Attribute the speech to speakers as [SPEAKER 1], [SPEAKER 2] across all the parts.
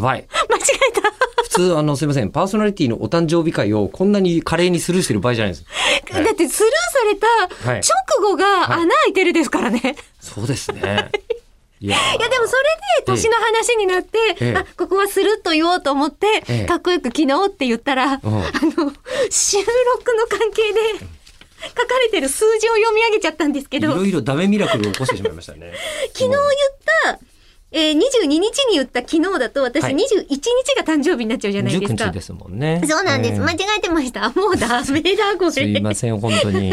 [SPEAKER 1] ばい。
[SPEAKER 2] 間違えた。
[SPEAKER 1] 普通、あの、すいません、パーソナリティのお誕生日会をこんなに華麗にスルーしてる場合じゃないです。はい
[SPEAKER 2] だってスルーさ
[SPEAKER 1] は
[SPEAKER 2] れ
[SPEAKER 1] い
[SPEAKER 2] た直後が
[SPEAKER 1] い
[SPEAKER 2] 穴開いてるですからね。い、
[SPEAKER 1] そうですね。いや
[SPEAKER 2] やでもそれで年の話になって、
[SPEAKER 1] ええ
[SPEAKER 2] あ、ここはスルッと言おうと思って、
[SPEAKER 1] ええ
[SPEAKER 2] かっこよく昨日って言ったら、あ
[SPEAKER 1] うん
[SPEAKER 2] の、収録の関係で書かれてる数字を読み上げちゃったんですけ
[SPEAKER 1] い
[SPEAKER 2] ど、
[SPEAKER 1] ろ
[SPEAKER 2] 昨
[SPEAKER 1] いろダメミラクルを起こしてしまいましたね。
[SPEAKER 2] 日言った、えー、22日に言った昨日だと私
[SPEAKER 1] は
[SPEAKER 2] 21
[SPEAKER 1] い
[SPEAKER 2] 日が誕生日になっちゃうじゃないで
[SPEAKER 1] 19
[SPEAKER 2] すか。
[SPEAKER 1] 日ですもんね。
[SPEAKER 2] そうなんで
[SPEAKER 1] え
[SPEAKER 2] す。
[SPEAKER 1] ー
[SPEAKER 2] 間違えてました。もうダメだ、これ。
[SPEAKER 1] すいません、本当 に。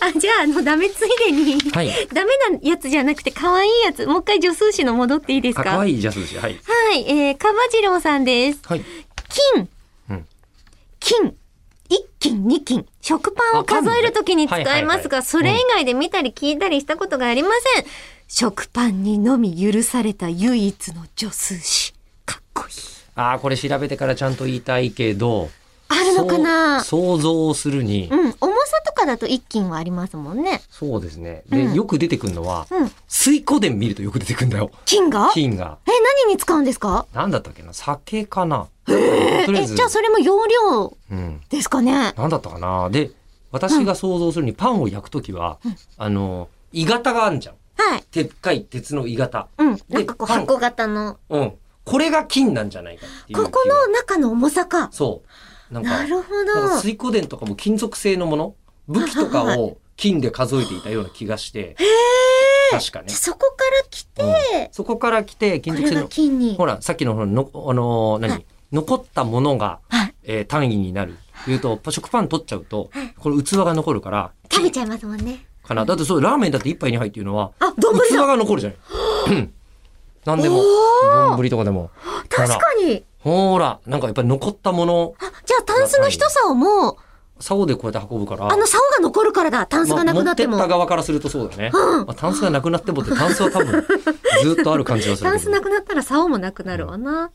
[SPEAKER 2] あ、じゃあ、あの、ダメついでに、
[SPEAKER 1] はい
[SPEAKER 2] ダメなやつじゃなくて、可愛いやつ、もう一回助数詞の戻っていいです
[SPEAKER 1] あ
[SPEAKER 2] か
[SPEAKER 1] 可愛いジャスです。はい。
[SPEAKER 2] はい、えー、かばじろうさんです。
[SPEAKER 1] はい。
[SPEAKER 2] 金。
[SPEAKER 1] うん
[SPEAKER 2] 金。一金、二金。食パンを数えるときに使
[SPEAKER 1] あパンね
[SPEAKER 2] いますが、
[SPEAKER 1] はいはいはい
[SPEAKER 2] それ以外で見たり聞いたりしたことがありません。食パンにのみ許された唯一の助数詞。かっこいい。
[SPEAKER 1] ああ、これ調べてからちゃんと言いたいけど。
[SPEAKER 2] あるのかな
[SPEAKER 1] そう想像をするに。
[SPEAKER 2] うん、重さとかだと一金はありますもんね。
[SPEAKER 1] そうですね。で、
[SPEAKER 2] うん
[SPEAKER 1] よく出てくるのは、
[SPEAKER 2] うん。
[SPEAKER 1] 水湖伝見るとよく出てくるんだよ。
[SPEAKER 2] 金がえ、
[SPEAKER 1] 金が。
[SPEAKER 2] 何に使うんですか
[SPEAKER 1] なんだったっけな酒かなとりあえ
[SPEAKER 2] え、
[SPEAKER 1] ず
[SPEAKER 2] じゃあ、それも容量
[SPEAKER 1] うん。
[SPEAKER 2] ですかね。
[SPEAKER 1] なんだったかなで、私が想像するにパンを焼くときは、あの、鋳型があるじゃん。
[SPEAKER 2] はい。
[SPEAKER 1] でっかい鉄の鋳型。
[SPEAKER 2] うん。なんかこう
[SPEAKER 1] パン
[SPEAKER 2] 箱型の。
[SPEAKER 1] うん。これが金なんじゃないかっていう気が。
[SPEAKER 2] ここの中の重さか。
[SPEAKER 1] そう。なんか、
[SPEAKER 2] なるほ
[SPEAKER 1] なんか
[SPEAKER 2] ど。
[SPEAKER 1] 水湖伝とかも金属製のもの武器とかを金で数えていたような気がして。確かね
[SPEAKER 2] じゃあ。そこから来て、
[SPEAKER 1] そこから来て、金属
[SPEAKER 2] これ
[SPEAKER 1] 製
[SPEAKER 2] が
[SPEAKER 1] の、
[SPEAKER 2] 金に。
[SPEAKER 1] ほら、さっきの、ほらのあのー何、
[SPEAKER 2] はい
[SPEAKER 1] 残ったものが、
[SPEAKER 2] はい
[SPEAKER 1] えー単位になる。言うと、パ食パン取っちゃうと
[SPEAKER 2] はい、
[SPEAKER 1] これ器が残るから、
[SPEAKER 2] 食べちゃいますもんね。
[SPEAKER 1] かな。だってそう、ラーメンだって一杯二杯っていうのは、
[SPEAKER 2] あ、丼
[SPEAKER 1] 器
[SPEAKER 2] だ
[SPEAKER 1] が残るじゃない。 何でも。
[SPEAKER 2] おー
[SPEAKER 1] 丼とかでも。
[SPEAKER 2] 確
[SPEAKER 1] ほら
[SPEAKER 2] かに。
[SPEAKER 1] ほら、なんかやっぱり残ったもの、
[SPEAKER 2] あ、じゃあ、タンスの一竿も、
[SPEAKER 1] 竿でこうやって運ぶから。
[SPEAKER 2] あの竿が残るからだ。タンスがなくなっても。
[SPEAKER 1] まあ持ってった側からするとそうだね。
[SPEAKER 2] うん
[SPEAKER 1] まあ、タンスがなくなってもって、タンスは多分、ずっとある感じがするけど。
[SPEAKER 2] タンスなくなったら竿もなくなるわな。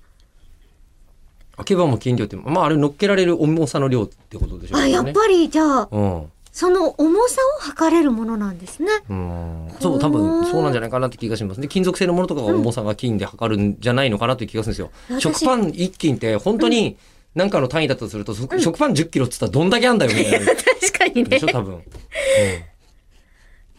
[SPEAKER 1] あけばも金量って、まああれ乗っけられる重さの量ってことでしょう
[SPEAKER 2] あ、
[SPEAKER 1] ね。
[SPEAKER 2] やっぱり、じゃあ、
[SPEAKER 1] うん。
[SPEAKER 2] その重さを測れるものなんですね。
[SPEAKER 1] うんそう、多分そうなんじゃないかなって気がします。で、金属製のものとかが重さが金で測るんじゃないのかなという気がするんですよ。
[SPEAKER 2] 私
[SPEAKER 1] 食パン1斤って本当に何かの単位だとすると、そ食パン10キロっつったらどんだけあんだよみたいな。
[SPEAKER 2] 確かに
[SPEAKER 1] で
[SPEAKER 2] ね
[SPEAKER 1] しょ、。多分。 うん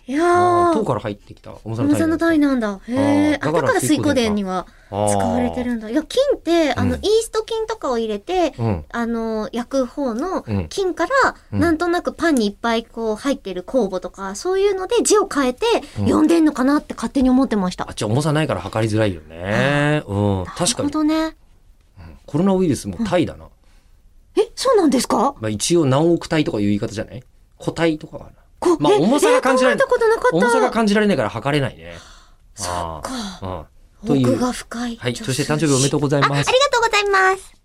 [SPEAKER 2] いや
[SPEAKER 1] あー
[SPEAKER 2] ー
[SPEAKER 1] 糖。から入ってきた重さの
[SPEAKER 2] 重
[SPEAKER 1] 単位
[SPEAKER 2] さの
[SPEAKER 1] だ。
[SPEAKER 2] 単位なんだ。へえ。
[SPEAKER 1] あー
[SPEAKER 2] あ、
[SPEAKER 1] だ
[SPEAKER 2] だ
[SPEAKER 1] から
[SPEAKER 2] から水
[SPEAKER 1] 水
[SPEAKER 2] 湖
[SPEAKER 1] 湖殿か
[SPEAKER 2] 殿には
[SPEAKER 1] 使
[SPEAKER 2] 使われてるんだ。いや、金って、あの、
[SPEAKER 1] う
[SPEAKER 2] イ
[SPEAKER 1] ん
[SPEAKER 2] ースト菌とかを入れて、
[SPEAKER 1] うん。
[SPEAKER 2] あの、焼く方の
[SPEAKER 1] うん
[SPEAKER 2] 菌から、
[SPEAKER 1] うん
[SPEAKER 2] なんとなくパンにいっぱいこう入ってる酵母とか、そういうので字を変えて
[SPEAKER 1] うん
[SPEAKER 2] 読んでんのかなって勝手に思ってました。
[SPEAKER 1] あっち重さないから測りづらいよね。うん。確か
[SPEAKER 2] なるほ
[SPEAKER 1] に。
[SPEAKER 2] どね。
[SPEAKER 1] コロナウイルスも体だな。
[SPEAKER 2] え、そうなんですか
[SPEAKER 1] まあ一応何億体とかいう言い方じゃない個体とかかな。
[SPEAKER 2] こ
[SPEAKER 1] まあ
[SPEAKER 2] え
[SPEAKER 1] 重さが感じられ
[SPEAKER 2] え考えたことなかった。
[SPEAKER 1] 重さが感じられないから測れないね。
[SPEAKER 2] そっか。
[SPEAKER 1] あー。うん。という
[SPEAKER 2] 奥が深い。
[SPEAKER 1] はい、そして誕生日おめでとうござい
[SPEAKER 2] ああ
[SPEAKER 1] ま
[SPEAKER 2] りが
[SPEAKER 1] す。
[SPEAKER 2] とうございます。